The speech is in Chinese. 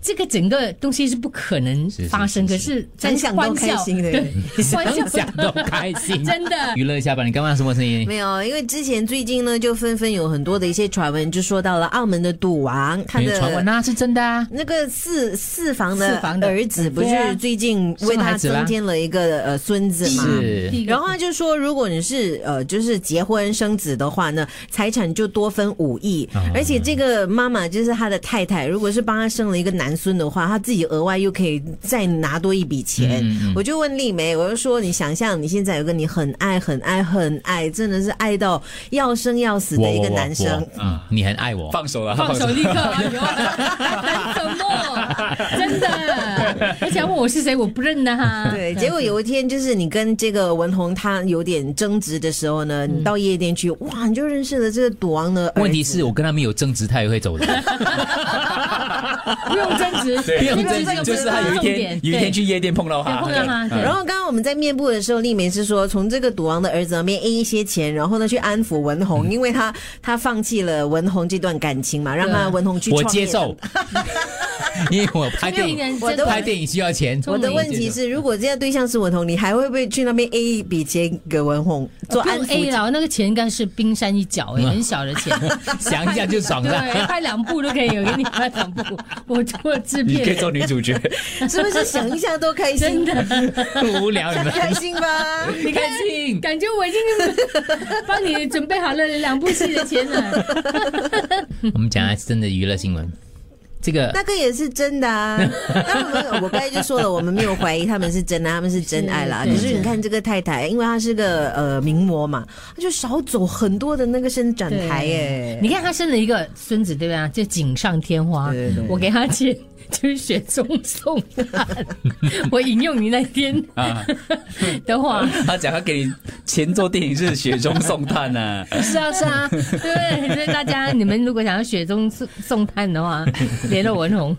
这个整个东西是不可能是是发生，是可是想在想都欢开笑，心对对，欢笑想都开心。真的娱乐一下吧，你刚刚什么声音？没有，因为之前最近呢，就纷纷有很多的一些传闻，就说到了澳门的赌王，他没有的传闻啊，是真的啊。那个四四房的四房的儿子不对啊是最近为生孩他子啦增添了一个呃孙子嘛？是第一个然后他就说，如果你是呃，就是结婚生子的话呢，财产就多分五亿。啊而且这个妈妈就是他的太太，如果是帮他生了一个男孙的话，他自己额外又可以再拿多一笔钱。嗯嗯我就问丽梅，我就说，你想象你现在有个你很爱、很爱、很爱，真的是爱到要生要死的一个男生，啊，你很爱我，放手了，放手了立 刻，哎呦，还等什么？真的，而且还问我是谁，我不认得哈。嗯对，结果有一天就是你跟这个文红他有点争执的时候呢，你到夜店去，哇，你就认识了这个赌王的儿子。问题是我跟他们有争执，他也会走的。不用争执，不用这个争这执，个就是不他有一重天点有一天去夜店碰到对他，碰到他，嗯对然后刚刚我们在面部的时候，丽梅是说从这个赌王的儿子那边 A 一些钱，然后呢去安抚文红，因为他他放弃了文红这段感情嘛，让他文红去我创业。接受，因为我拍电聪明人影，真的拍电影需要钱。我的聪明问题是，如果这个对象是文红，你还会不会去那边 A 一笔钱给文红做不安用 A 抚？了，那个钱应该是冰山一角， 哎，很小的钱，想一下就爽对，了。拍两部都可以，我给你拍两部，我做制你可以片，做女主角，是不是想一下都开真心？的，无聊，你们开心吧。你看开心。感觉我已经帮你准备好了两部戏的钱了。我们讲下真的娱乐新闻，这个那个也是真 的啊。当然我们我刚才就说了，我们没有怀疑他们是真的，他们是真爱啦。是可是你看这个太太，因为她是个呃名模嘛，她就少走很多的那个伸展台耶。你看他生了一个孙子，对吧？就锦上添花对对。对我给他 钱就是雪中送炭。 我引用你那天啊 的话，他讲他给你钱做电影是雪中送炭呐、啊，是啊是啊，对，所以大家你们如果想要雪中送送炭的话，联络文红。